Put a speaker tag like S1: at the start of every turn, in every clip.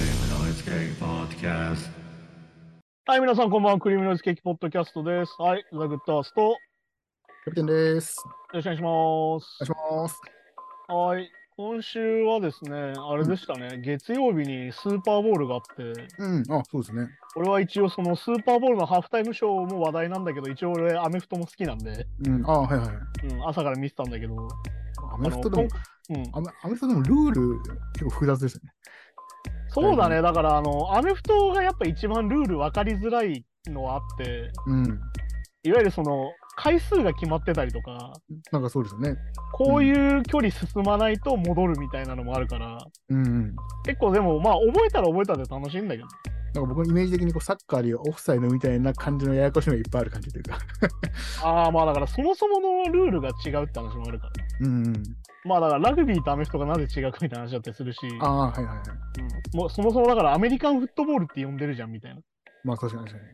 S1: ケーキポッドキャスト。
S2: はい、皆さんこんばんは。クリームノイズケーキポッドキャストです。はい、ザ・グッドアースト。よ
S3: キャプテンです。
S2: ろしくお願いし
S3: お
S2: ます。
S3: 願いします。
S2: はい。今週はですね、あれでしたね、月曜日にスーパーボールがあって、
S3: うん、あ、そうですね。
S2: 俺は一応そのスーパーボールのハーフタイムショーも話題なんだけど、一応俺アメフトも好きなんで、
S3: うん、あ、はいはい。
S2: うん、朝から見てたんだけど、
S3: アメフトでも、
S2: うん、
S3: アメアメフトでもルール結構複雑ですよね。
S2: そうだね、だからあの、アメフトがやっぱ一番ルール分かりづらいのはあって、
S3: うん、
S2: いわゆるその、回数が決まってたりとか、
S3: なんかそうですよね。
S2: こういう距離進まないと戻るみたいなのもあるから、
S3: うん、うん。
S2: 結構でもまあ覚えたら覚えたで楽しいんだけど
S3: なんか僕のイメージ的にこうサッカーでいうオフサイドみたいな感じのややこしいのがいっぱいある感じというか。
S2: ああまあだからそもそものルールが違うって話もあるから
S3: うん、うん。
S2: まあだからラグビーとアメフトがなぜ違うかみたいな話だったりするし、
S3: ああ、はいはいはい。
S2: うんもうそもそもだからアメリカンフットボールって呼んでるじゃんみたいな
S3: まあ確かに確かに。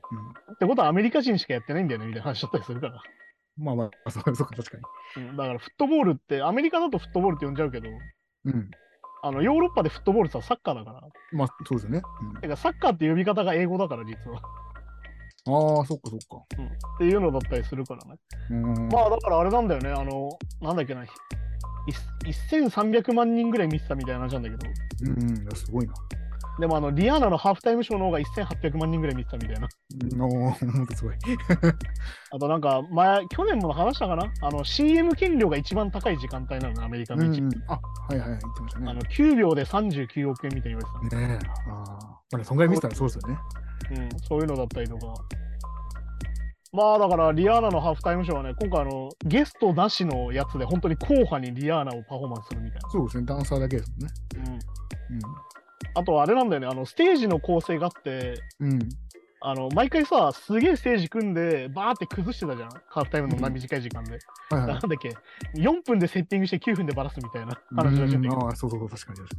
S2: ってことはアメリカ人しかやってないんだよねみたいな話だったりするから、
S3: うん、まあまあ、 そうそうか確か
S2: うん、だからフットボールってアメリカだとフットボールって呼んじゃうけど
S3: に。うん。
S2: あのヨーロッパでフットボールさサッカーだから
S3: まあそうですよね。
S2: てかサッカーって呼び方が英語だから実は
S3: うん、ああ、そっかそっか。
S2: っていうのだったりするからね
S3: うん。
S2: まあだからあれなんだよね、あの、なんだっけな、い1300万人ぐらい見てたみたいな話なんだけど、
S3: うん、いやすごいな。
S2: でもあの、リアーナのハーフタイムショーの方が1800万人ぐらい見てたみたいな。
S3: うん、おーほんとすごい。
S2: あとなんか、前、去年も話したかなあの、CM 権料が一番高い時間帯なのね、アメリカ
S3: う
S2: の
S3: ん、う
S2: 一
S3: ん。あ、はいはい、言ってましたね。
S2: あの、9秒で39億円みたいに言われて
S3: ねえ。あーまあ、そんぐらい見てたらそうですよね。
S2: た、うん、そういうのだったりとか。まあだから、リアーナのハーフタイムショーはね、今回あの、ゲストなしのやつで、本当に硬派にリアーナをパフォーマンスするみたい
S3: そうですね、ダンサーだけですもんね。
S2: な。うん。あとあれなんだよね、あの、ステージの構成があって、
S3: うん。うん。
S2: あの毎回さ、すげえステージ組んで、バーって崩してたじゃん、ハーフタイムのな短い時間で。
S3: はい
S2: な
S3: は
S2: ん
S3: い。
S2: だっけ、4分でセッティングして9分でバラすみたいな
S3: うん
S2: 話らしいんだけど、
S3: ああ、そうそうそう、確かに確か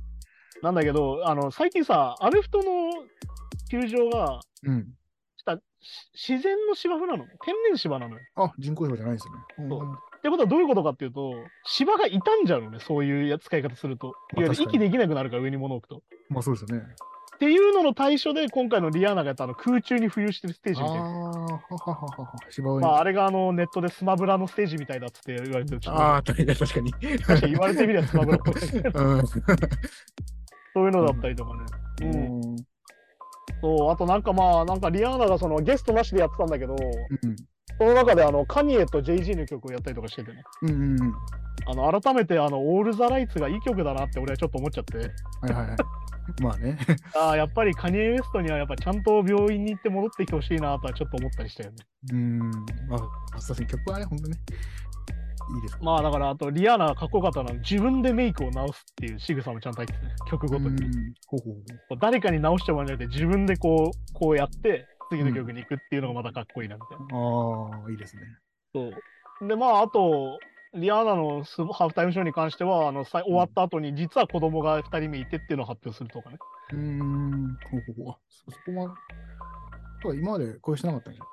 S2: なんだけど、あの最近さ、アメフトの球場が
S3: に。うん。
S2: したし自然の芝生なの、天然芝なのよ。
S3: あ、人工芝じゃないんですね。
S2: そう
S3: うんうん
S2: ってことはどういうことかっていうと、芝が傷んじゃうのね、そういうや使い方すると。い
S3: まあ
S2: わゆる
S3: 確か
S2: 息
S3: に
S2: できなくなるから、上に物置くと。
S3: まあそうですよね。
S2: っていうのの対処で、今回のリアーナがやったあの空中に浮遊してるステー
S3: あ
S2: ジ
S3: あ、
S2: みたい
S3: は
S2: な。
S3: はははは。芝生に
S2: まあ、あれがあのネットでスマブラのステージみたいだっつって言われてる。
S3: ああ、確かに。
S2: 確かに言われてみればスマブラっぽいそういうのだったりとかね。
S3: う。
S2: うんん。
S3: うん
S2: そう、あとなんかまあ、なんかリアーナがそのゲストなしでやってたんだけど、
S3: うん
S2: その中であの、カニエと JG の曲をやったりとかしててね。
S3: うんうん。
S2: あの、改めてあの、オールザライツがいい曲だなって俺はちょっと思っちゃって。
S3: はいはいはい。まあね。
S2: ああ、やっぱりカニエウエストにはやっぱちゃんと病院に行って戻ってきてほしいなとはちょっと思ったりしたよね。
S3: うん。まあ、確かに曲はね、ほんとね。いいです。
S2: まあだから、あとリアーナがかっこよかったのは自分でメイクを直すっていう仕草もちゃんと入っててね。曲ご
S3: う
S2: とに。
S3: ん。ほうほうほう。
S2: こう誰かに直してもらわなくて自分でこう、こうやって、次の曲に行くっていうのがまたかっこいいなみたいな。
S3: ああ、いいですね。
S2: そう。で、まあ、あと、リアーナのスハーフタイムショーに関しては、あのさい終わった後に、実は子供が2人目いてっていうのを発表するとかね。
S3: うん。ほうほうほう。あ、そそこは、そう今までこうしてなかったんじゃん。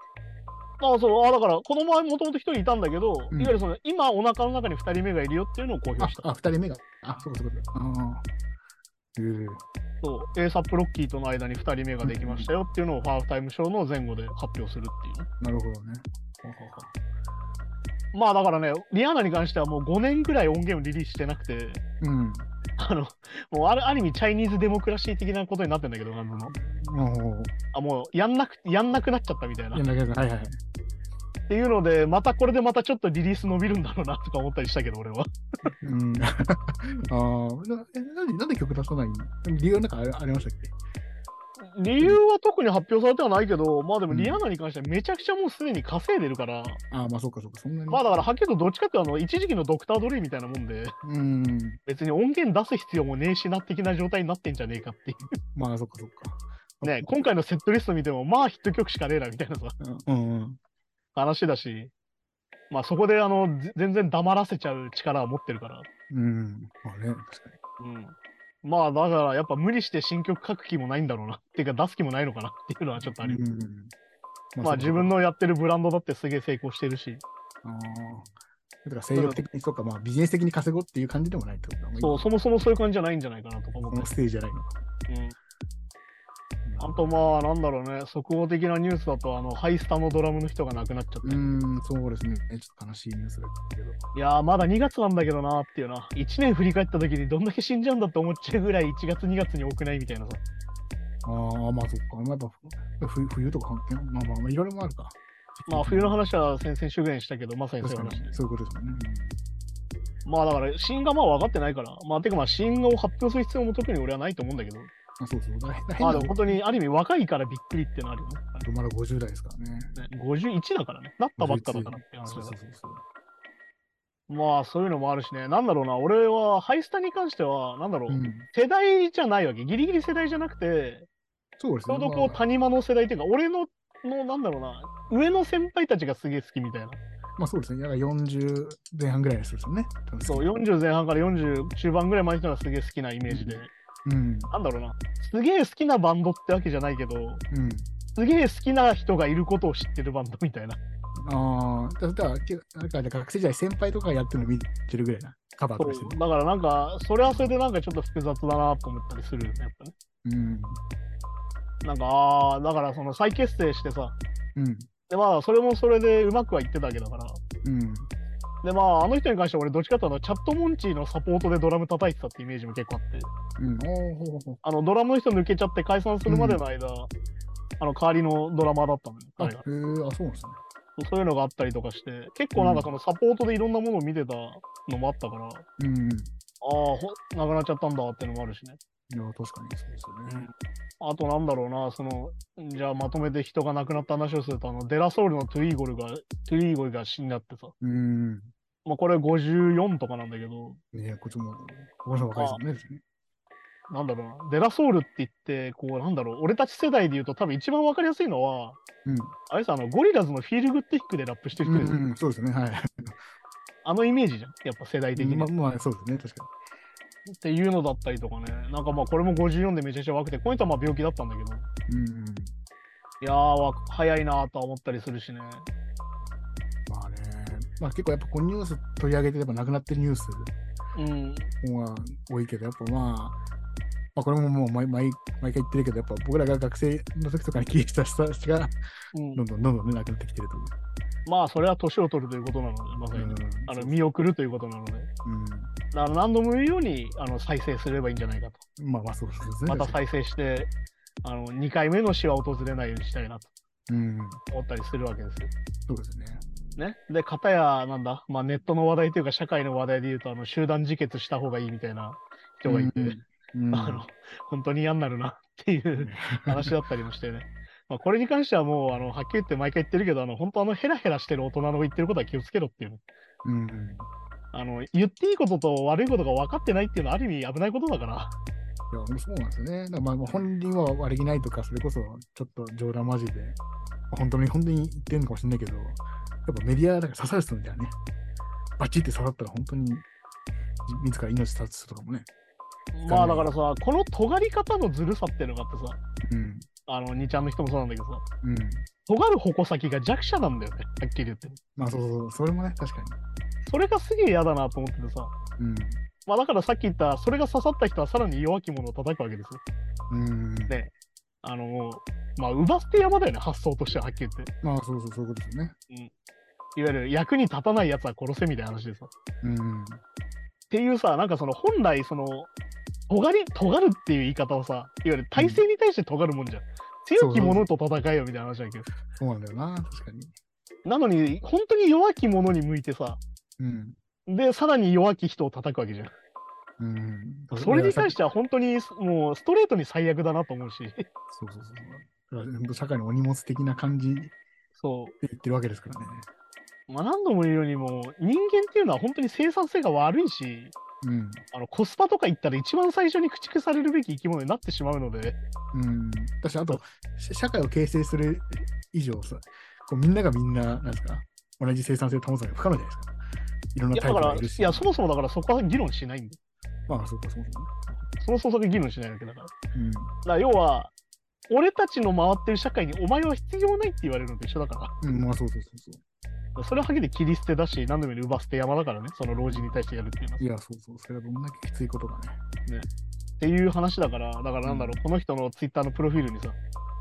S2: ああ、そう、あだから、子供はもともと1人いたんだけど、
S3: うん
S2: いわゆるその、今お腹の中に2人目がいるよっていうのを公
S3: あ
S2: 表した。
S3: あ、二人目が。あ、そうかそうかそうか。ああ。ええ
S2: そう、エーサップロッキーとの間に2人目ができましたよっていうのをハーフタイムショーの前後で発表するっていうね。
S3: なるほどね。
S2: まあ、だからね、リアーナに関してはもう5年くらい音源をリリースしてなくて、
S3: うん。
S2: あの、もうあるある意味、チャイニーズデモクラシー的なことになってんだけど、なんでも。
S3: も
S2: あ、もう、やんなく、やんなくなっちゃったみたいな
S3: う、や。んなきゃいけない。はいはい。
S2: っていうので、またこれでまたちょっとリリース伸びるんだろうなとか思ったりしたけど、俺は。
S3: うん。 ああ、なえなんで、なんで曲出さない理由はなんかありありましたっけ
S2: 理由は特に発表されてはないけど、まあでも
S3: うん
S2: リアーナに関してはめちゃくちゃもうすでに稼いでるから、
S3: ああ、まあそうかそうか、そんなに。
S2: まあだからはっきりとどっちかっていうとあの、一時期のドクタードリーみたいなもんで、
S3: うん。
S2: 別に音源出す必要もねえしな的な状態になってんじゃねえかってい
S3: まあそっかそっか。
S2: う。ね、今回のセットリスト見ても、まあヒット曲しかねえなみたいなさ、
S3: うんうん。
S2: 話だし、まあそこであの、ぜ全然黙らせちゃう力は持ってるから。
S3: うん。まあね、確かに。
S2: うん。まあだからやっぱ無理して新曲書く気もないんだろうな。っていうか出す気もないのかなっていうのはちょっとあるよね
S3: うんうんうん
S2: まあ自分
S3: の。
S2: のやってるブランドだってすげえ成功してるし、
S3: ああ。だから精力的に、そうか、まあビジネス的に稼ごうっていう感じでもないってことだもんね
S2: そう、そもそもそういう感じじゃないんじゃないかなとか思っ
S3: こ
S2: て
S3: のステージじゃないのか。
S2: うんあとまあ、なんだろうね、速報的なニュースだと、あの、ハイスタのドラムの人が亡くなっちゃった。
S3: うーん、そうですね。ちょっと悲しいニュースだけど。
S2: いやー、まだ2月なんだけどなーっていうな。1年振り返った時にどんだけ死んじゃうんだって思っちゃうぐらい1月2月に多くないみたいなさ。
S3: ああ、まあそっか。まあやっぱふ冬とか関係ない。まあまあまあ、いろいろもあるか。
S2: まあ、冬の話は先々週ぐらいにしたけど、まさにそう
S3: 確
S2: いう
S3: かに
S2: 話。
S3: そういうことですもんね。
S2: まあ、だから、死因がまあ分かってないから。まあ、てかまあ、死因を発表する必要も特に俺はないと思うんだけど。
S3: うん、あそうそう。だ変
S2: まあ、
S3: な
S2: でも本当に、ある意味若いからびっくりってのあるよね。
S3: まだ50代ですからね。
S2: ね51だからね。なったばっかだからって話
S3: そう
S2: だ
S3: そ
S2: か
S3: う
S2: ら。
S3: そうそう。
S2: まあ、そういうのもあるしね。なんだろうな、俺は、ハイスタに関しては、なんだろう、
S3: うん、
S2: 世代じゃないわけ。ギリギリ世代じゃなくて、
S3: そうです
S2: ちょ
S3: ね。
S2: うどこう
S3: まあ、
S2: 谷間の世代っていうか、俺の、の、なんだろうな、上の先輩たちがすげえ好きみたいな。
S3: まあそうですね。だから40前半ぐらいですよね。多分
S2: そう、。40前半から40中盤ぐらいまでの人がすげえ好きなイメージで。
S3: うん。
S2: なんだろうな、すげえ好きなバンドってわけじゃないけど、
S3: うん。
S2: すげえ好きな人がいることを知ってるバンドみたいな。
S3: ああ、だから、けなんか学生時代先輩とかやってるの見てるぐらいな。カバー
S2: そ
S3: とかして
S2: う
S3: る。
S2: だからなんか、それはそれでなんかちょっと複雑だなと思ったりするよね、やっぱね。
S3: うん。
S2: なんか、ああ、だからその再結成してさ、
S3: うん。
S2: でまあ、それもそれでうまくはいってたわけだから。
S3: うん。
S2: でまあ、あの人に関しては俺どっちかっていうとチャットモンチーのサポートでドラム叩いてたってイメージも結構あって。
S3: うん。おーほうほうほう。
S2: あの、ドラムの人抜けちゃって解散するまでの間、あの、代わりのドラマーだったのよ、
S3: あ、
S2: 彼
S3: へえ
S2: が。
S3: あ、そうなんですね。
S2: そういうのがあったりとかして、結構なんかそのサポートでいろんなものを見てたのもあったから、あ
S3: うん。い
S2: あ、ほなくなっちゃったんだってのもあるしね。
S3: や、確かにそうですよね。
S2: あとなんだろうな、その、じゃあまとめて人が亡くなった話をすると、あの、デラソウルのトゥイーゴルが、トゥイーゴルが死んだってさ、
S3: うん。
S2: まあこれ54とかなんだけど、
S3: ねえ、こっちも、こっちも若いですもんねですね。
S2: なんだろうな、デラソウルって言って、こうなんだろう、俺たち世代で言うと多分一番わかりやすいのは、
S3: うん
S2: あれさ、あの、ゴリラズのフィールグッドヒックでラップしてる人ですよね
S3: うんうん、そうですね、はい。
S2: あのイメージじゃん、やっぱ世代的に。
S3: まあ、
S2: っ
S3: まあ、そうですね、確か
S2: ていうのだったりとかね、なんかまあこれも54でめちゃくちゃ若くて、この人はまあ病気だったんだけど、
S3: に。うんうん。
S2: いやー、わ早いなーとは思ったりするしね。
S3: まあね、まあ結構やっぱこのニュース取り上げて、やっぱなくなってるニュース
S2: うん、
S3: が多いけど、やっぱまあ、まあ、これももう毎毎毎回言ってるけど、やっぱ僕らが学生の時とかに聞いてた人たちが、
S2: う
S3: ど
S2: ん、
S3: んどんどんどんね、なくなってきてるという。
S2: まあそれは年を取るということなので、まさに、
S3: うん
S2: あの見送るということなので、
S3: う
S2: だから何度も言うようにあの再生すればいいんじゃないかと。
S3: ん。まあまあ、そうですね。
S2: また再生して、あの2回目の死は訪れないようにしたいなと
S3: うん。
S2: 思ったりするわけですよ。
S3: そうですね。
S2: ね、で、片や、なんだ、まあ、ネットの話題というか、社会の話題で言うと、あの集団自決した方がいいみたいな人がいて、
S3: うんうん
S2: あの、本当に嫌になるなっていう話だったりもしてね。まあ、これに関してはもう、あの、はっきり言って毎回言ってるけど、あの、本当あの、ヘラヘラしてる大人の言ってることは気をつけろっていうね。
S3: うん。
S2: あの、言っていいことと悪いことが分かってないっていうのはある意味危ないことだから。
S3: いや、もうそうなんですよね。だからまあまあ本人は悪気ないとか、それこそちょっと冗談交じりで、本当に本当に言ってるのかもしれないけど、やっぱメディアだから刺さる人みたいなね、バチって刺さったら本当に自ら命絶つ人とかもね。
S2: まあ、だからさ、この尖り方のずるさっていうのがあってさ、
S3: うん。
S2: あの、2ちゃんの人もそうなんだけどさ、
S3: うん。
S2: 尖る矛先が弱者なんだよね、はっきり言って。
S3: まあそうそうそう、それもね、確か
S2: それがすげえ嫌だなと思っててさ、
S3: に。
S2: まあ、だからさっき言った、それが刺さった人はさらに弱き者を叩くわけですよ。
S3: うん。うん。
S2: ねあの、もうまあ、奪って山だよね、発想としては、はっきり言って。
S3: まあそうそう、そういうことですよね。
S2: いわゆる役に立たないやつは殺せみたいな話でさ。っ
S3: うん。
S2: ていうさ、なんかその本来、その、尖り、尖るっていう言い方はさ、いわゆる体制に対して尖るもんじゃん。強き者と戦えよみたいな話だけど。
S3: そうなんだよな、確かに。
S2: なのに、本当に弱き者に向いてさ、
S3: うん。
S2: で、さらに弱き人を叩くわけじゃん。
S3: うん。。
S2: それに関してては本当にもうストレートに最悪だなと思うし。
S3: そうそうそうそう。だから本当社会のお荷物的な感じで
S2: そう。
S3: 言ってるわけですからね。
S2: まあ、何度も言うようにもう人間っていうのは本当に生産性が悪いし
S3: うん。
S2: あのコスパとか言ったら一番最初に駆逐されるべき生き物になってしまうので
S3: うん、私あとし社会を形成する以上さこうみんながみんななんですか同じ生産性を保つのが不可能じゃないですかいろん
S2: いや
S3: なタ
S2: だ
S3: イプ
S2: から
S3: がい
S2: い
S3: るし
S2: やそもそもだからそこは議論しないんだよ
S3: まあそうかそうか
S2: そもそもそこ議論しないわけだからだか
S3: うん
S2: ら要は俺たちの回ってる社会にお前は必要ないって言われるのと一緒だか
S3: うんまあそうそうそうそ
S2: らそれははっきり切り捨てだし何度も言うように奪捨て山だからねその老人に対してやるっていうのは
S3: ういやそうそうそれはどんだけきついことがね
S2: っていう話だから、だからなんだろう、この人のツイッターのプロフィールにさ、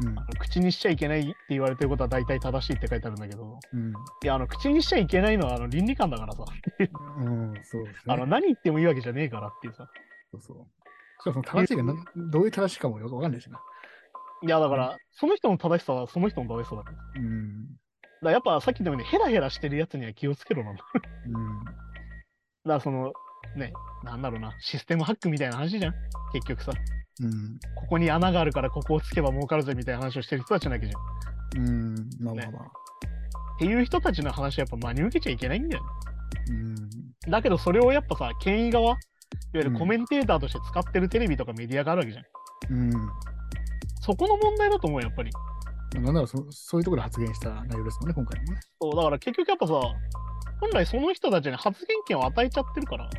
S3: うん
S2: あの口にしちゃいけないって言われてることは大体正しいって書いてあるんだけど、
S3: うん
S2: いや、あの、口にしちゃいけないのはあの倫理観だからさ、
S3: うん、そうです
S2: あの、
S3: ね。
S2: 何言ってもいいわけじゃねえからっていうさ。
S3: そうそう。しかもその正しいがなどういう正しいかもよくわかんないしな。
S2: いや、だから、その人の正しさはその人の正しさだから。だか
S3: うん。
S2: らやっぱさっきでもね、ヘラヘラしてるやつには気をつけろなんだ。だか
S3: うん。
S2: らその、ね、なんだろうな、システムハックみたいな話じゃん。結局さ、
S3: うん。
S2: ここに穴があるからここをつけば儲かるぜみたいな話をしてる人たちなわけじゃん。
S3: うん。まあまあまあ。
S2: っていう人たちの話はやっぱ真に受けちゃいけないんだよね。
S3: うん。
S2: だけどそれをやっぱさ、権威側、いわゆる
S3: うん
S2: コメンテーターとして使ってるテレビとかメディアがあるわけじゃん。
S3: うん。
S2: そこの問題だと思うよやっぱり。
S3: まあなんならそ、そういうところで発言した内容ですもんね、今回もね。
S2: そうだから結局やっぱさ、本来その人たちに発言権を与えちゃってるから、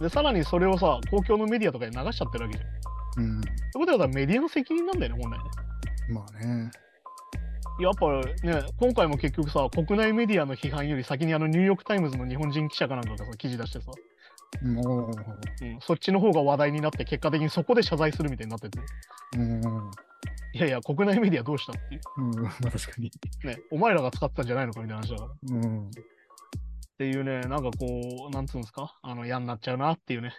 S2: で、さらにそれをさ、公共のメディアとかで流しちゃってるわけじゃん。って
S3: うん。う
S2: こ
S3: ん。
S2: とはメディアの責任なんだよね、本来ね。
S3: まあね。
S2: やっぱね、今回も結局さ、国内メディアの批判より先にあのニューヨーク・タイムズの日本人記者かなんかがさ、記事出してさ、
S3: も
S2: うん、そっちの方が話題になって、結果的にそこで謝罪するみたいになってて、
S3: う、うん。
S2: いやいや、国内メディアどうしたっていう。
S3: うん、まあ確かに。
S2: ね、お前らが使ったんじゃないのかみたいな話だから。っ
S3: うん。
S2: ていうね、なんかこう、なんつうんですか、あの、嫌になっちゃうなっていうね。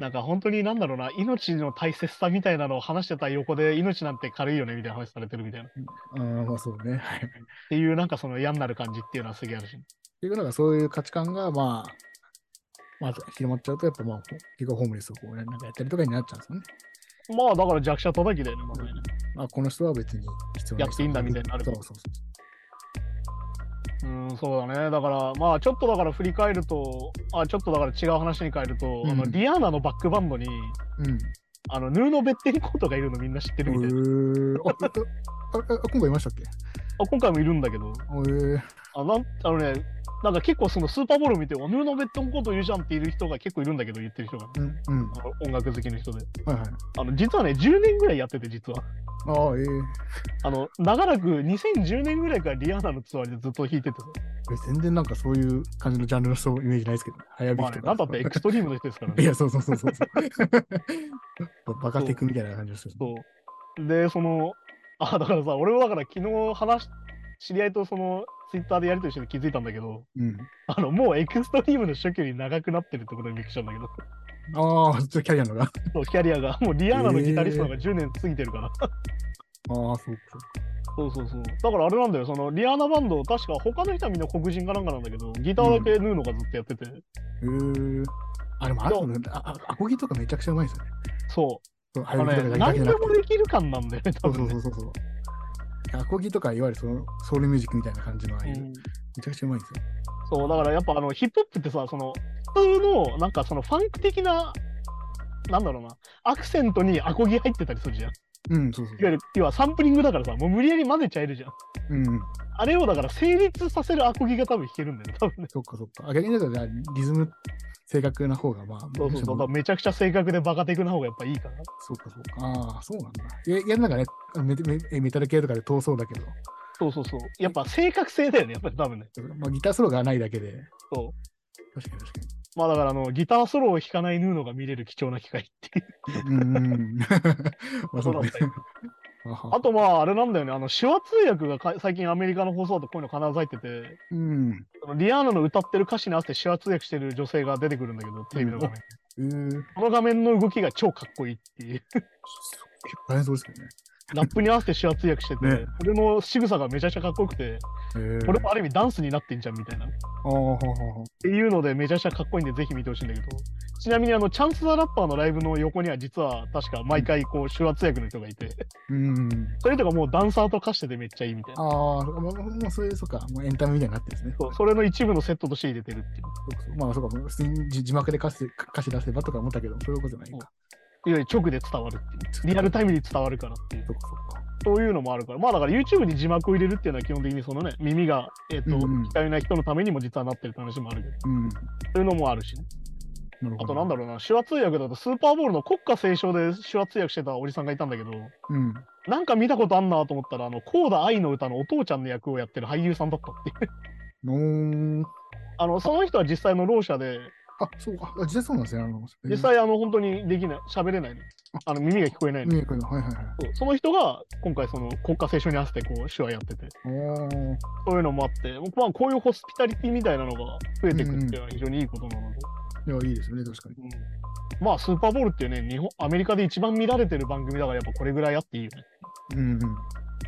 S2: なんか本当になんだろうな、命の大切さみたいなのを話してた横で、命なんて軽いよねみたいな話されてるみたいな。っ
S3: うん。ああ、まあそうね。はい。って
S2: いう、なんかその嫌になる感じっていうのはすげえあるし。
S3: ていうのが、そういう価値観が、まあ、まあ、広まっちゃうと、やっぱまあ、結局ホームレスをこう、なんかやったりとかになっちゃうんですよね。
S2: まあだから弱者叩きだよね、まさにね。
S3: あ、この人は別に必要
S2: やっていいんだみたいになる
S3: そうそうそう。
S2: うん、そうだね。だから、まあちょっとだから振り返ると、あ、ちょっとだから違う話に変えると、
S3: うん
S2: あの、リアーナのバックバンドに、
S3: うん。
S2: あの、ヌーノ・ベッテンコートがいるのみんな知ってるみたいな。
S3: うーあ、えっとああ今回いましたっけ
S2: あ今回もいるんだけど、
S3: あえー
S2: あなんあのね、なんか結構そのスーパーボール見て、あヌーノ・ベッテンコートいるじゃんっている人が結構いるんだけど、言ってる人が。
S3: うん、う
S2: あ
S3: ん。
S2: の音楽好きの人で。
S3: はいはい。
S2: あの、実はね、10年ぐらいやってて、実は。
S3: ああ、ええ
S2: あの、長らく2010年ぐらいからリアーナのツアーでずっと弾いててさ、
S3: え全然なんかそういう感じのジャンルの人イメージないですけど、早引
S2: まあ
S3: き
S2: ね
S3: と、か。
S2: なんだってエクストリームの人ですから
S3: い
S2: ね。
S3: や、そうそ うそうそうそう。バカテクみたいな感じの人ですね。
S2: そう。で、その、あ、だからさ、俺もだから昨日話し、知り合いとその、ツイッターでやりとりしてて気づいたんだけど、
S3: うん。
S2: あの、もうエクストリームの初期より長くなってるってことにびっくりしたんだけど、
S3: ああ、ちょっとキャリアのが。あ
S2: そうキャリアが、もうリアーナのギタリストの方が10年過ぎてるから。
S3: あ、そうか。
S2: そうそうそう。だからあれなんだよ、その、リアーナバンド、確か他の人はみんな黒人かなんかなんだけど、ギターだけヌーノがずっとやってて、
S3: へえあ、でもあれなんだあ、あアコギとかめちゃくちゃうまいですよね。
S2: そう。
S3: そう、早
S2: あの
S3: 弾き
S2: ね、
S3: とかだ
S2: 何
S3: け
S2: で
S3: じゃなく
S2: も
S3: て。
S2: できる感なんだよね、
S3: そ
S2: 多
S3: うそ
S2: 分
S3: う
S2: ね
S3: そうそうそう。アコギとか、いわゆるそのソウルミュージックみたいな感じのああいう、
S2: うん
S3: めちゃくちゃうまいんですよ。
S2: そうだからやっぱあのヒップホップってさその普通のなんかそのファンク的ななんだろうなアクセントにアコギ入ってたりするじゃんい
S3: うん、そうそうそ
S2: わゆ
S3: う。
S2: る要はサンプリングだからさもう無理やり混ぜちゃえるじゃん
S3: うんうん。
S2: あれをだから成立させるアコギが多分弾けるんだよね多分ね
S3: そっかそっか。あ逆に言うと、じゃあリズム正確な方が、まあ、
S2: そうそうそうだからめちゃくちゃ正確でバカテクな方がやっぱいいから
S3: そうかそうか。ああ、そうなんだ。いや、いやなんかねメメ、メタル系とかで通そうだけど、
S2: そうそうそうやっぱ正確性だよねやっぱり多分ね
S3: まあ、ギターソロがないだけで、
S2: そう
S3: 確かに確
S2: まあだからあのギターソロを弾かないヌーノが見れる貴重な機会っていう
S3: かに。うーん。 まあ、そうだね
S2: そうなん。
S3: あ
S2: あ、とまああれなんだよねあの手話通訳がか最近アメリカの放送だとこういうの必ず入ってて
S3: うん。う
S2: そのリアーナの歌ってる歌詞に合わせて手話通訳してる女性が出てくるんだけど、テレビの画面。
S3: ー、
S2: この画面の動きが超かっこいいっていう。
S3: 大変そうですけどね。
S2: ラップに合わせて手話通訳してて、
S3: ね
S2: これの仕草がめちゃくちゃかっこよくて、
S3: え
S2: これもある意味ダンスになってんじゃんみたいな。っ
S3: ああ、ははは
S2: ていうので、めちゃくちゃかっこいいんで、ぜひ見てほしいんだけど。ちなみに、あの、チャンス・ザ・ラッパーのライブの横には、実は確か毎回、こう、手話通訳の人がいて、
S3: うん。
S2: それとかもうダンサーと化しててめっちゃいいみたいな。
S3: ああ、もう、もうそういう、そっか、もうエンタメみたいになってるんですね。
S2: そうそれの一部のセットとして入れてるっていう。
S3: そうそうまあ、そうか、もう普通に字字幕で歌詞歌詞出せばとか思ったけど、そういうことじゃないか。
S2: いわゆる直で伝わるっていう。リアルタイムに伝わるからっていう。
S3: そっかそっか。
S2: そういうのもあるから、まあだから YouTube に字幕を入れるっていうのは基本的にそのね、耳が、えっ、と、
S3: うんうん
S2: 聞かれない人のためにも実はなってるって話もあるけど、
S3: うん。
S2: そ
S3: な
S2: ういうのもあるしね。
S3: るほど。
S2: あとなんだろうな、手話通訳だとスーパーボールの国歌斉唱で手話通訳してたおじさんがいたんだけど、
S3: うん。
S2: なんか見たことあんなと思ったら、あの、コーダ愛の歌のお父ちゃんの役 をやってる俳優さんだったっていう。
S3: のーん。
S2: あの、その人は実際のろう者で、
S3: あ、そうか。あ実際そうなんですね。あの、
S2: 実際、あの、本当にできない、喋れないの。あの、耳が聞こえないの。
S3: 見えてくるの。はいはいはい。
S2: そうその人が、今回、その、国家斉唱に合わせて、こう、手話やってて、
S3: おー
S2: そういうのもあって、まあ、こういうホスピタリティみたいなのが増えてくっていうのは非常にいいことなので、
S3: いや、いいですよね、確かに。
S2: うんまあ、スーパーボールっていうね、日本、アメリカで一番見られてる番組だから、やっぱこれぐらいあっていいよね。
S3: うんうん。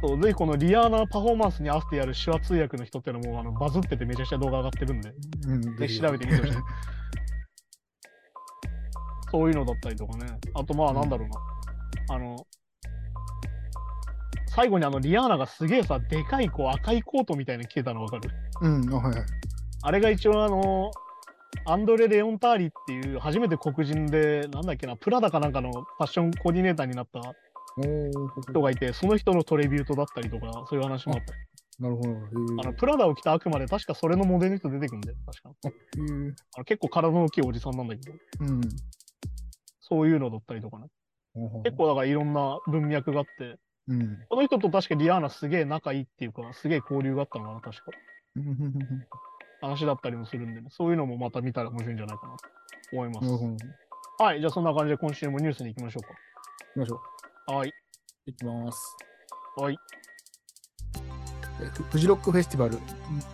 S2: そうぜひこのリアーなパフォーマンスに合わせてやる手話通訳の人っていうのもあのバズっててめちゃくちゃ動画上がってるんで、
S3: うん、
S2: ぜひ調べてみてほしい。そういうのだったりとかね。あとまあなんだろうな。あの、最後にあのリアーナがすげえさ、でかいこう赤いコートみたいに着てたのわかる
S3: うん、あ、はいはい。
S2: あれが一応あの、アンドレ・レオンターリっていう初めて黒人で、なんだっけな、プラダかなんかのファッションコーディネーターになった
S3: おー
S2: 人がいて、その人のトレビュートだったりとか、そういう話もあったり。
S3: なるほど。へー
S2: あのプラダを着た悪魔で確かそれのモデルの人出てくるんで、確か。
S3: へー
S2: あの結構体の大きいおじさんなんだけど、
S3: うん。
S2: そういうのだったりとかね。結構だからいろんな文脈があって、
S3: うん。
S2: この人と確かリアーナすげえ仲いいっていうか、すげえ交流があったのかな、確か。
S3: うん
S2: 話だったりもするんでね、そういうのもまた見たら面白いんじゃないかなと思いま
S3: なるほど。
S2: す。
S3: 行
S2: はい、じゃあそんな感じで今週もニュースに行きましょう
S3: きましょう。
S2: か。はい。
S3: 行きます。
S2: はい。
S3: えフフジロックフェスティバル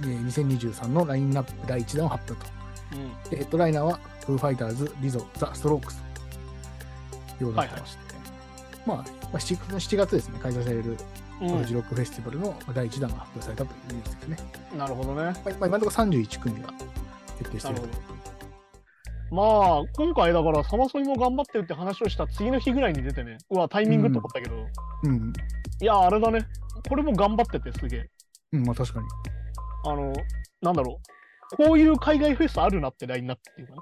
S3: えー2023のラインナップ第1弾を発表と。
S2: うん。
S3: でヘッドライナーは、フーファイターズ、リゾ、ザ・ストロークスというようになってまして、まあ、まあ、7, 7月ですね、開催される
S2: う
S3: フジロックフェスティバルの第1弾が発表されたというニュースですね。
S2: ん、なるほどね。
S3: まあ、まあ今のところ31組が決定して
S2: ないる
S3: る
S2: ほ
S3: と
S2: ど。。まあ、今回だから、サマソニも頑張ってるって話をした次の日ぐらいに出てね、うわ、タイミングって思ったけど、
S3: うん、
S2: いや、あれだね。これも頑張ってて、すげえ。
S3: うん、まあ確かに。
S2: あの、なんだろう。こういう海外フェスあるなってラインナップっていうかね。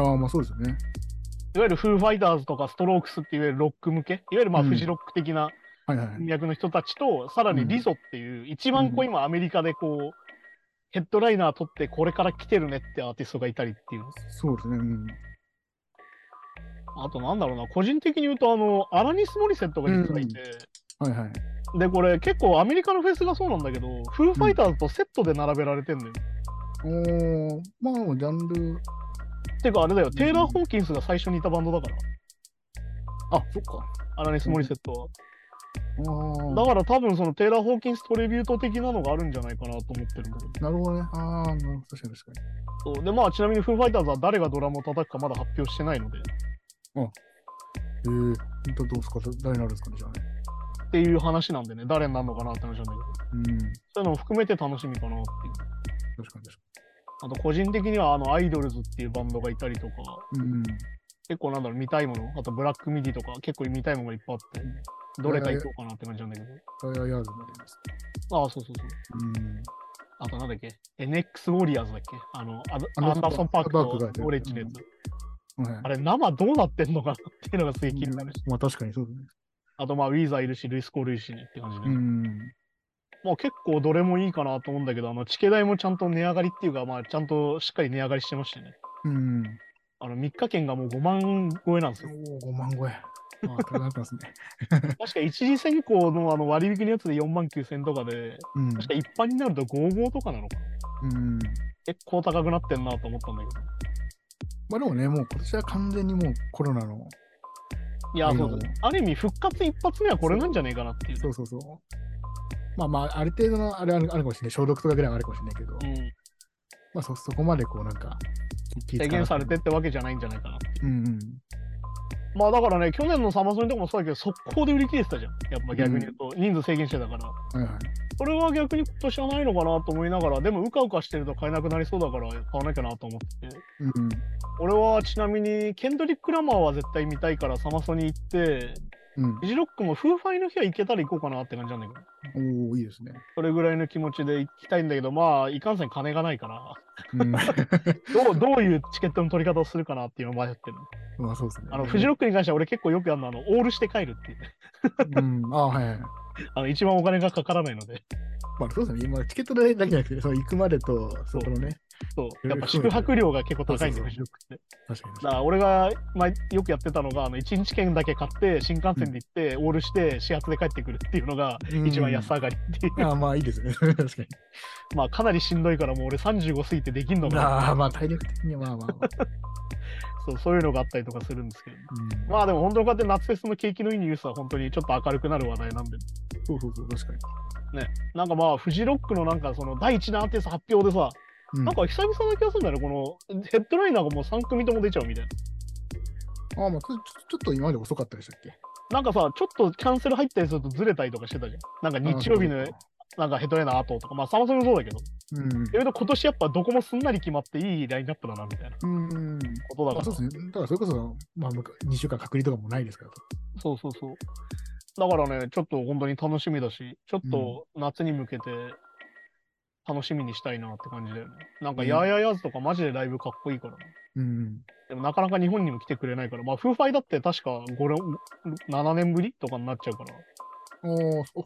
S3: ああ、まあそうですよね。
S2: いわゆるフーファイターズとかストロークスっていうロック向け、いわゆるまあ
S3: うん
S2: フジロック的な
S3: はいはい。
S2: 文脈の人たちと、さらにリゾっていう、一番こ
S3: う
S2: う今アメリカでこう、ヘッドライナー取ってこれから来てるねってアーティストがいたりっていう。
S3: そうですね。うん。
S2: あとなんだろうな、個人的に言うとあの、アラニス・モリセットが実はいて、
S3: はいはい。
S2: で、これ結構アメリカのフェスがそうなんだけど、フーファイターズとセットで並べられてんだよ。
S3: おーまあ、ジャンル、
S2: てかあれだよ、テイラ
S3: う
S2: ー・
S3: ん
S2: ホーキンスが最初にいたバンドだから、
S3: あ、そっか。
S2: アラニス・モリセットは。
S3: あー
S2: だから多分そのテイラー・ホーキンストレビュート的なのがあるんじゃないかなと思ってるんだけど。
S3: なるほどね。ああ、なるほど。確かに確か
S2: そうでまあちなみにフーファイターズは誰がドラムを叩くかまだ発表してないのでっ
S3: に。ええー、本当どうですか誰になるんですかね、じゃあね。
S2: ていう話なんでね誰になるのかなって話なんだけど
S3: うん。
S2: そういうのも含めて楽しみかなっていう
S3: 確かに確か
S2: あと個人的にはあのアイドルズっていうバンドがいたりとか
S3: に。うん。
S2: 結構なんだろう見たいものあとブラックミディとか結構見たいものがいっぱいあってどれか行こうかなって感じなんだけど
S3: ファイアヤーズも出ます。
S2: ああそうそうそう
S3: うん。
S2: あとなんだっけ ?NX ウォリアーズだっけあのア
S3: アンダーソン
S2: アンダーソン・パーク
S3: パークがやっ
S2: と
S3: てる
S2: オレッジのやつ、
S3: はい。
S2: あれ生どうなってんのかなっていうのがすげえ気になるし、
S3: まあ確かにそうですね。
S2: あとまあウィーザーいるしルイス・コールいるしねって感じで、
S3: うん。
S2: まあ結構どれもいいかなと思うんだけど、あの、チケ代もちゃんと値上がりっていうか、まあちゃんとしっかり値上がりしてましてね。
S3: うん。
S2: あの、3日券がもう5万超えなんですよ。
S3: おお、5万超え。まあ、高くなってますね。
S2: 確か一次選考のあの割引のやつで4万9千とかで、
S3: うん。
S2: 確か一般になると55とかなのかな。
S3: うん。
S2: 結構高くなってんなと思ったんだけど。
S3: まあでもね、もう今年は完全にもうコロナの、
S2: いや、
S3: うん
S2: そうそう。ある意味復活一発目はこれなんじゃねえかなっていう。
S3: そうそうそう。まあまあ、ある程度のあれはあるかもしれない。消毒とかぐらいはあるかもしれないけど、
S2: うん。
S3: まあそ、そこまでこうなんか、気
S2: 制限されてっ。てわけじゃないんじゃないかな。
S3: うんうん。
S2: まあだからね、去年のサマソニとかもそうだけど、速攻で売り切れてたじゃん。やっぱ逆に言うと、人数制限してたから。
S3: はいはい。
S2: それは逆に今年はないのかなと思いながら、でもうかうかしてると買えなくなりそうだから買わなきゃなと思ってて。
S3: うん。
S2: 俺はちなみに、ケンドリック・ラマーは絶対見たいからサマソに行って、
S3: うん
S2: フジロックもフーファイの日は行けたら行こうかなって感じなんだけど。
S3: おおいいですね。
S2: それぐらいの気持ちで行きたいんだけど、まあ、いかんせん金がないから、
S3: うん、
S2: どう、どういうチケットの取り方をするかなっていうのを迷ってる。
S3: まあそうですね。
S2: あの、フジロックに関しては俺結構よくやるのは、あの、オールして帰るっていうね。
S3: うん、ああ、はいはい。
S2: あの、一番お金がかからないので。
S3: まあそうですね。今、チケット代だけじゃなくて、その行くまでと、そこのね、
S2: そう。やっぱ宿泊料が結構高いんだよ、フ
S3: そうそう
S2: ジロックって。
S3: 確かに確
S2: だ
S3: か
S2: から俺が、まあ、よくやってたのが、あの、1日券だけ買って、新幹線で行って、オールして、始発で帰ってくるっていうのが、
S3: に。
S2: 一番安
S3: い。
S2: 上がりっていう。
S3: ああ、まあいいですね。確かに。
S2: まあ、かなりしんどいから、もう俺35過ぎてできんのかな。
S3: ああ、まあ体力的にはまあまあまあ。
S2: そう、そういうのがあったりとかするんですけど。
S3: うん
S2: まあでも本当にこうやって夏フェスの景気のいいニュースは本当にちょっと明るくなる話題なんで、
S3: そうそうそう、確かに。
S2: なんかまあフジロックのなんかその第一弾アーティスト発表でさ、
S3: うん
S2: なんか久々な気がするんだよね、このヘッドライナーがもう3組とも出ちゃうみたいな。
S3: ああ、まあちょちょちょっと今まで遅かったでしたっけ
S2: なんかさ、ちょっとキャンセル入ったりするとずれたりとかしてたじゃん。なんか日曜日
S3: あ
S2: の
S3: あそうか
S2: なんかヘッドライナー後とか、まあサマソニもそうだけど、
S3: うん
S2: えと今年やっぱどこもすんなり決まっていいラインナップだなみたいな
S3: うん。
S2: ことだか
S3: まあ
S2: ら。
S3: そうですね。だからそれこそ、まあ、2週間隔離とかもないですから。
S2: そうそうそう。だからね、ちょっと本当に楽しみだし、ちょっと夏に向けて楽しみにしたいなって感じだよね。なんか、
S3: うん
S2: やーやーやーずとかマジでライブかっこいいからな。
S3: うん。
S2: でもなかなか日本にも来てくれないから、まあ、フーファイだって確か5 7年ぶりとかになっちゃうから、
S3: ああ、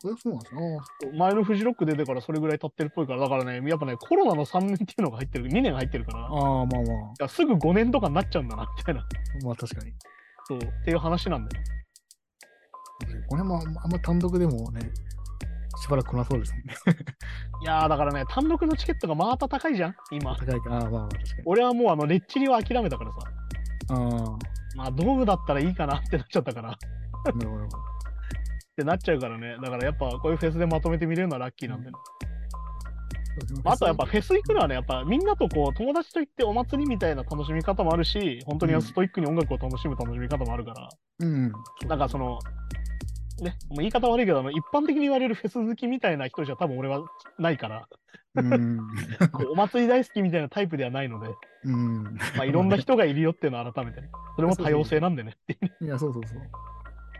S3: そそうなんですね。ああ
S2: 前のフジロック出てからそれぐらい経ってるっぽいから、だからね、やっぱね、コロナの3年っていうのが入ってる、2年入ってるから、い
S3: ああ、まあまあ。
S2: やすぐ5年とかになっちゃうんだな、みたいな。
S3: まあ確かに。
S2: そう、っていう話なんだよ。
S3: これもあんまあんま単独でもね、しばらく来なそうですもんね。
S2: いやー、だからね、単独のチケットがまた高いじゃん、今。
S3: 高いから。ああ、まあまあ確かに。
S2: 俺はもうあのレッチリは諦めたからさ、
S3: あ
S2: まあドームだったらいいかなってなっちゃったから、っ
S3: あ、なるほど。
S2: てなっちゃうからね、だからやっぱこういうフェスでまとめて見れるのはラッキーなんで、あとはやっぱフェス行くのはね、やっぱみんなとこう友達と行ってお祭りみたいな楽しみ方もあるし、本当にストイックに音楽を楽しむ楽しみ方もあるから、
S3: うん。
S2: なんかその、ね、もう言い方悪いけど、あの一般的に言われるフェス好きみたいな人じゃ多分俺はないから、
S3: うん。
S2: こうお祭り大好きみたいなタイプではないので、
S3: うん。
S2: まあいろんな人がいるよっていうのは改めて、ね、それも多様性なんでね。
S3: いや、そうそうそう。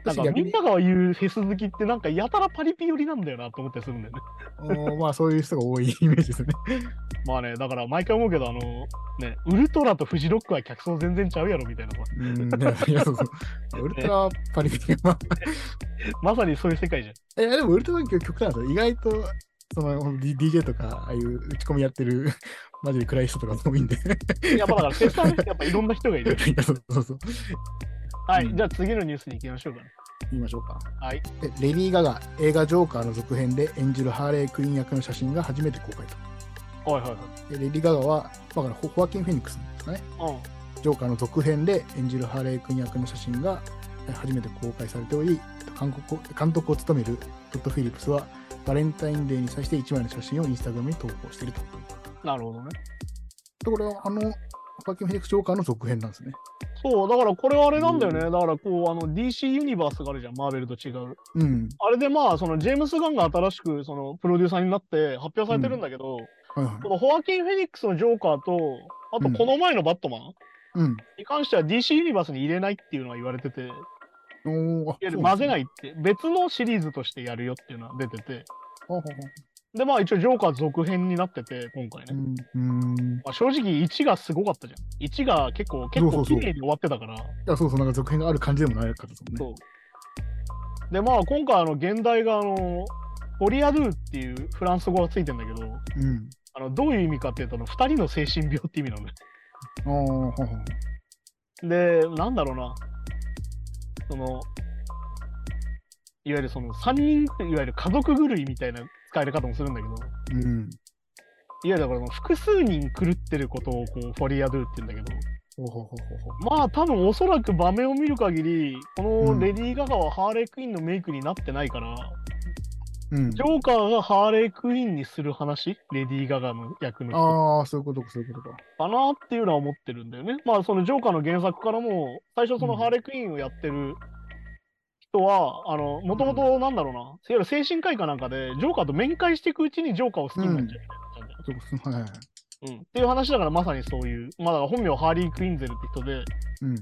S2: なんか
S3: 私逆
S2: み
S3: に
S2: んなが言うフェス好きってなんかやたらパリピ寄りなんだよなと思ってするんだよね。
S3: おーまあそういう人が多い イメージですね。
S2: まあね、だから毎回思うけど、あの、ね、ウルトラとフジロックは客層全然ちゃうやろみたいなさ、
S3: うん。いやいや、そうそう。ウルトラパリピティまあ
S2: まさにそういう世界じゃん。
S3: いや、でもウルトラマン極極端なんですよ。意外と、その、ほんと D- DJ とか、ああいう打ち込みやってる、マジで暗い人とか多いんで。
S2: やっぱだからフェスはね、やっぱいろんな人がいる。
S3: いやそうそうそう。
S2: は
S3: う
S2: い、
S3: ん
S2: じゃあ次のニュースに行きましょうか、ね。
S3: 言いましょうか。
S2: はい。
S3: でレディー・ガガ、映画ジョーカーの続編で演じるハーレー・クイーン役の写真が初めて公開と。
S2: はいはいはい。
S3: でレディー・ガガは、まあ、これホホワキン・フェニックスとかね、
S2: うん。
S3: ジョーカーの続編で演じるハーレー・クイーン役の写真がえ初めて公開されており、韓国監督を務めるトッド・フィリップスは、バレンタインデーに際して1枚の写真をインスタグラムに投稿していると。
S2: なるほどね。
S3: で、これはあの、パキンフェニックス・ジョーカーの続編なんですね。
S2: そう、だからこれはあれなんだよね。だからこう、あの DC ユニバースがあるじゃん、マーベルと違う。
S3: うん。
S2: あれでまあ、そのジェームス・ガンが新しくそのプロデューサーになって発表されてるんだけど、
S3: はいはい。
S2: このホワキン・フェニックスのジョーカーと、あとこの前のバットマン、
S3: うん。
S2: に関しては DC ユニバースに入れないっていうのは言われてて、いわ
S3: おーあ。
S2: ゆる混ぜないいって、別のシリーズとしてやるよっていうのは出てて、
S3: そう
S2: で、まあ一応ジョーカー続編になってて、今回ね。
S3: なんですうん。うん。い
S2: まあ、正直1がすごかったじゃん。1が結構、結
S3: そう
S2: 構
S3: そ
S2: 綺
S3: うそう
S2: 麗に終わってたから。
S3: や、そうそう、なんか続編がある感じでもないかったですもんね。
S2: そうで、まあ今回、あの、現代があの、ポリアドゥっていうフランス語がついてんだけど、
S3: うん。
S2: あのどういう意味かっていうと、あの2人の精神病って意味なのね。
S3: ああ、ほうほう。
S2: で、なんだろうな、その、いわゆるその3人、いわゆる家族狂いみたいな使い方もするんだけど、いわ
S3: うん。
S2: ゆるだからその複数人狂ってることをこうフォリアドゥって言うんだけど、
S3: ほうほうほうほうほう。
S2: まあ多分おそらく場面を見る限り、こ
S3: う
S2: の
S3: ん
S2: レディー・ガガはハーレー・クイーンのメイクになってないから、
S3: うん
S2: ジ。ョーカーがハーレー・クイーンにする話、レディー・ガガの役の人
S3: ああ、そういうことか、そういうことか。
S2: かなっていうのは思ってるんだよね。まあそのジョーカーの原作からも最初その
S3: うん
S2: ハーレクイーンをやってる人は、あのもともとなんだろうな、いわゆる精神科医かなんかでジョーカーと面会していくうちにジョーカーを好きになっちゃうみたいな感じだよね
S3: そういうことはいはい。
S2: うんっていう話だからまさにそういう、まあ、だから本名はハーリー・クイーンゼルって人で、
S3: うん。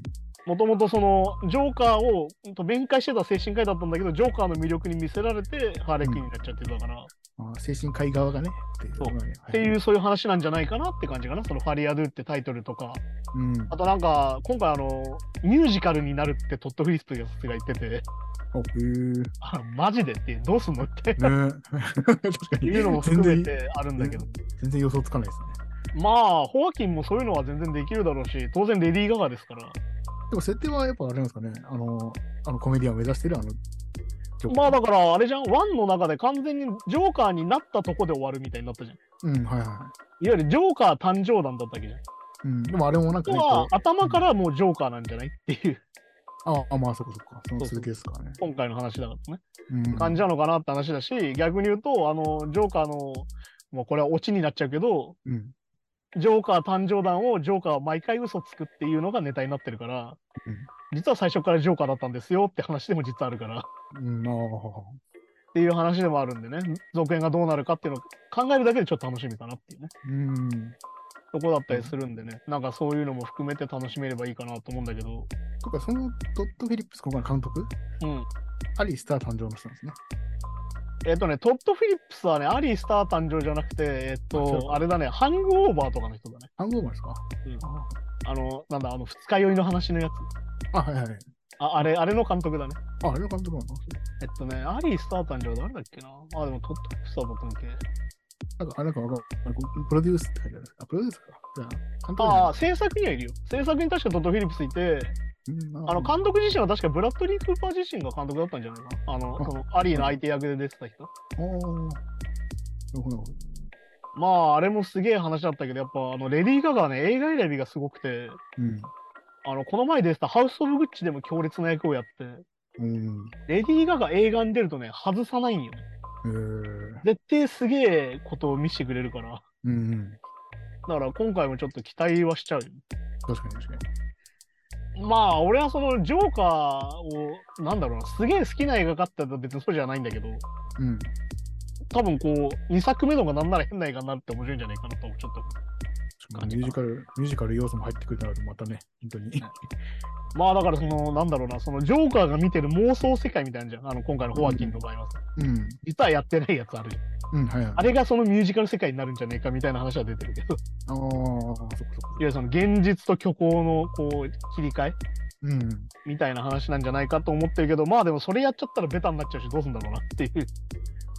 S2: もともとそのジョーカーをうんと面会してた精神科医だったんだけど、ジョーカーの魅力に魅せられてハーレクイーンになっちゃってたから、っ
S3: あー精神科医側がね、っていう。
S2: そう
S3: はい
S2: ていうそういう話なんじゃないかなって感じかな、そのファリアドゥってタイトルとか。
S3: うん。
S2: あとなんか、今回あの、ミュージカルになるってトッド・フィリップスが言ってて、
S3: おへー
S2: あマジでって、どうすんのって
S3: ね確かに。
S2: いうのも含めてあるんだけど、
S3: 全然予想つかないです
S2: まあ、ホアキンもそういうのは全然できるだろうし、当然レディー・ガガですから。
S3: でも設定はやっぱあれなんですかね、あの、あのコメディアンを目指してるあの、ジョーカー
S2: まあだから、あれじゃん、ワンの中で完全にジョーカーになったとこで終わるみたいになったじゃん。
S3: うん、はいはい
S2: わゆるジョーカー誕生弾だったわけじゃん。
S3: い。うん、でもあれもなんか
S2: と
S3: ね、
S2: は
S3: こ、う
S2: 頭からもうジョーカーなんじゃないっていう、
S3: ああ、まあそこそこ、その
S2: そうそう
S3: 続きですからね。
S2: 今回の話だからね。
S3: うん、
S2: 感じなのかなって話だし、逆に言うと、あの、ジョーカーの、もうこれはオチになっちゃうけど、
S3: うん。
S2: ジョーカー誕生弾をジョーカーは毎回嘘つくっていうのがネタになってるから、
S3: うん
S2: 実は最初からジョーカーだったんですよって話でも実はあるから、っ
S3: うん、あ
S2: ていう話でもあるんでね、続編がどうなるかっていうのを考えるだけでちょっと楽しみかなっていうね、
S3: あ、うん。
S2: とこだったりするんでね、なんかそういうのも含めて楽しめればいいかなと思うんだけど、
S3: とか、そのドット・フィリップス今回の監督、
S2: うん。
S3: アリスター誕生の人なんですね。
S2: えっとね、トッド・フィリップスはね、アリー・スター誕生じゃなくて、えっ
S3: あそう
S2: と、あれだね、ハングオーバーとかの人だね。
S3: ハングオーバーですか
S2: うん
S3: あ
S2: あの、なんだ、あの、二日酔いの話のやつ。
S3: あ、はいはいはい。
S2: ああれ、あれの監督だね。
S3: あ、あれの監督なの
S2: えっとね、アリー・スター誕生誰だっけなあ、でもトッド・フィリップスだったんだっけ。
S3: なんか、あれなんかわかんない。プロデュースって書いてある。あ、プロデュースか。じゃあ、監督じゃない
S2: ああ、制作にはいるよ。制作に確かトッド・フィリップスいて、
S3: うん
S2: あの、監督自身は確かブラッドリー・クーパー自身が監督だったんじゃないかな。あの、
S3: あ
S2: そのアリーの相手役で出てた人。
S3: あーなるほど。
S2: まあ、あれもすげえ話だったけど、やっぱ、あの、レディー・ガガはね、映画選びがすごくて、
S3: うん。
S2: あの、この前出てたハウス・オブ・グッチでも強烈な役をやって、
S3: うん。
S2: レディー・ガガ映画に出るとね、外さないんよ。
S3: えー、
S2: 絶対すげえことを見せてくれるから。
S3: うんうん。
S2: だから今回もちょっと期待はしちゃうよ。
S3: 確かに確かに。
S2: まあ、俺はそのジョーカーを、なんだろうな、すげえ好きな映画かって言ったら別にそうじゃないんだけど、
S3: うん。
S2: 多分こう、2作目の方がなんなら変な映画になるって面白いんじゃないかなと、ちょっと。感じかな
S3: ミュージカル、ミュージカル要素も入ってくるならまたね、本当に。
S2: まあだからその、なんだろうな、そのジョーカーが見てる妄想世界みたいなんじゃん。あの、今回のホアキンの場合はさ。
S3: うん。
S2: 実はやってないやつあるじゃん。
S3: うん、はいはい。
S2: あれがそのミュージカル世界になるんじゃねえかみたいな話は出てるけど、いわ
S3: ああ、そっかそっか。
S2: ゆるその現実と虚構のこう、切り替え
S3: うん。
S2: みたいな話なんじゃないかと思ってるけど、まあでもそれやっちゃったらベタになっちゃうし、どうすんだろうなっていう。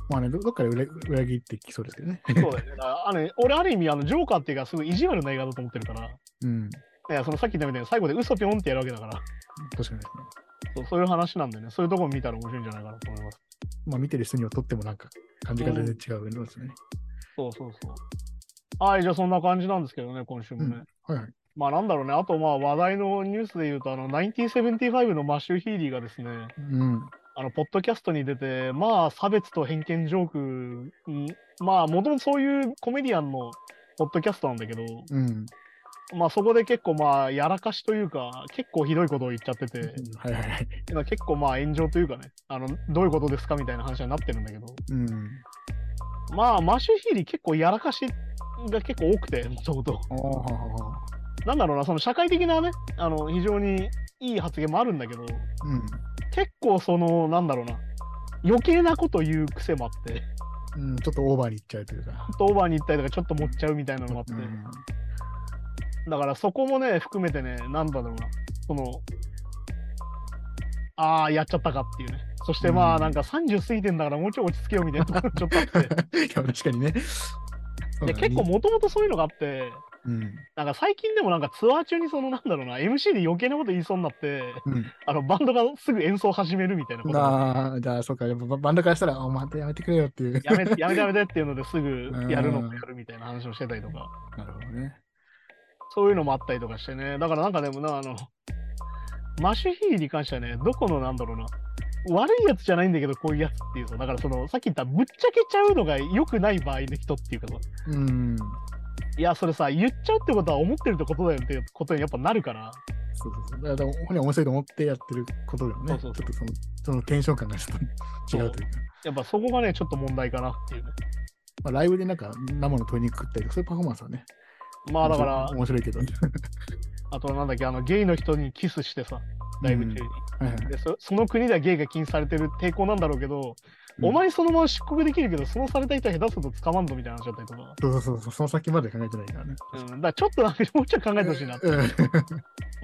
S3: まあね、どどっかで裏裏切ってきそうですけどね。
S2: そうだよね。だからあの俺、ある意味、あのジョーカーっていうか、すごい意地悪な映画だと思ってるから、
S3: うん。
S2: いやそのさっき言ったみたいに最後で嘘ぴょんってやるわけだから
S3: 確かにですね。
S2: そう、そういう話なんでね、そういうところ見たら面白いんじゃないかなと思います。
S3: まあ見てる人にはとってもなんか感じ方全然違うのですね。
S2: そうそうそう。はい、じゃあそんな感じなんですけどね、今週もね。
S3: うはいはい。
S2: まあなんだろうね、あとまあ話題のニュースで言うと、あの、1975のマシュー・ヒーリーがですね、
S3: うん。
S2: あの、ポッドキャストに出て、まあ、差別と偏見ジョークに、まあ、もともとそういうコメディアンのポッドキャストなんだけど、
S3: うん。
S2: まあ、そこで結構まあ、やらかしというか、結構ひどいことを言っちゃってて、
S3: はいはいはい。
S2: 今結構まあ、炎上というかね、あの、どういうことですかみたいな話になってるんだけど、
S3: うん。
S2: まあ、マシューヒーリー結構やらかしが結構多くて、もともと。
S3: ああ、はあはあ。
S2: なんだろうな、その社会的なね、あの、非常にいい発言もあるんだけど、
S3: う
S2: 結構その、なんだろうな、余計なこと言う癖もあって、
S3: ん。うん、ちょっとオーバーにいっちゃうというか。
S2: ちょっとオーバーに行ったりとかちょっと持っちゃうみたいなのがあって、
S3: うん
S2: だからそこもね含めてねなんだろうなそのああやっちゃったかっていうねそしてま
S3: う
S2: あ
S3: ん
S2: なんか30過ぎてんだからもうちょい落ち着けよみたいなとこ ろちょっとあって
S3: いや、 確かにね。そう
S2: で
S3: だね
S2: 結構、もともとそういうのがあって
S3: うん。
S2: なんか最近でもなんかツアー中にそのなんだろうな MC で余計なこと言いそうになって
S3: うん、
S2: あのバンドがすぐ演奏始めるみたいなことが
S3: ああ、じゃあ、そうか、やっぱババンドからしたら、おまたやめてくれよっていう。
S2: やめてやめてやめてっていうのですぐやるの
S3: うん
S2: もやるみたいな話をしてたりとか
S3: なるほどね。
S2: そういうのもあったりとかしてね。だからなんかでもな、あの、マシュヒーリーに関してはね、どこのなんだろうな、悪いやつじゃないんだけど、こういうやつっていうさ、だからその、さっき言った、ぶっちゃけちゃうのが良くない場合の人っていうかさ、
S3: うん。
S2: いや、それさ、言っちゃうってことは思ってるってことだよっていうことにやっぱなるから、
S3: そうそうそう。だから、本人は面白いと思ってやってることでもね、
S2: そうそう
S3: ちょっとその、そのテンション感がちょっと違うというか。
S2: やっぱそこがね、ちょっと問題かなっていうね。
S3: まあ、ライブでなんか、生の鶏肉食ったりとか、そういうパフォーマンスはね。
S2: まあだから、
S3: 面白い面白いけど。
S2: あとはなんだっけ、あの、ゲイの人にキスしてさ、ライブ中に。
S3: はいはい
S2: でそ、その国ではゲイが禁止されてる抵抗なんだろうけど、
S3: うん
S2: お前そのまま出国できるけど、そのされた人は下手すると捕まんぞみたいな話だったりとか。
S3: そうそうそう、その先まで考えてないからね。
S2: うん、だからちょっとなんかもうちょい考えてほしいな。
S3: うん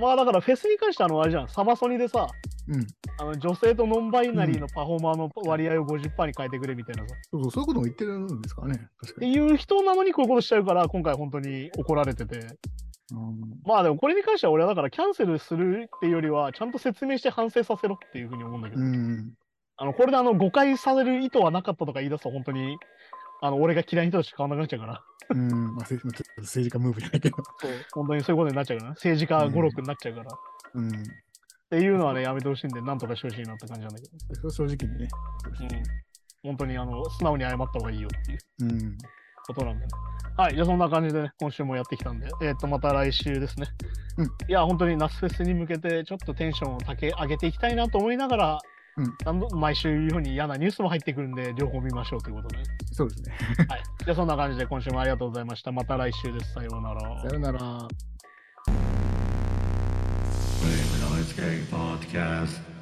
S2: まあだからフェスに関してはあのあれじゃん、サマソニでさ、
S3: うん。
S2: あの女性とノンバイナリーのパフォーマーの割合を50%に変えてくれみたいなさ。っ
S3: そうそうそういうことも言ってるんですからね。確か
S2: て
S3: に。
S2: いう人なのにこういうことしちゃうから、今回本当に怒られてて。
S3: うん
S2: まあでもこれに関しては俺はだからキャンセルするっていうよりは、ちゃんと説明して反省させろっていうふうに思うんだけど、
S3: うん。
S2: あのこれであの誤解される意図はなかったとか言い出すと本当に、あの俺が嫌いな人としか変わらなくなっちゃうから。
S3: うん。まあ、せちょっと政治家ムーブじゃないけど。
S2: そう本当にそういうことになっちゃうから、ね、政治家語録になっちゃうから、っ
S3: うん。
S2: ていうのはね、やめてほしいんで、なんとかしてほしいなって感じなんだけど、
S3: それ正直にね。
S2: うん、本当にあの素直に謝った方がいいよっていう
S3: うん。
S2: ことなんで、ね、はい、じゃあそんな感じでね、今週もやってきたんで、えっ、と、また来週ですね。
S3: うん
S2: いや、本当にナスフェスに向けて、ちょっとテンションをたけ上げていきたいなと思いながら、
S3: うん
S2: 何度毎週言うように嫌なニュースも入ってくるんで、両方見ましょうということで、
S3: そうですね。
S2: はい、じゃあそんな感じで今週もありがとうございました。また来週です。さようなら
S3: さ。よなら。
S1: Flame and Ice Gang Podcast.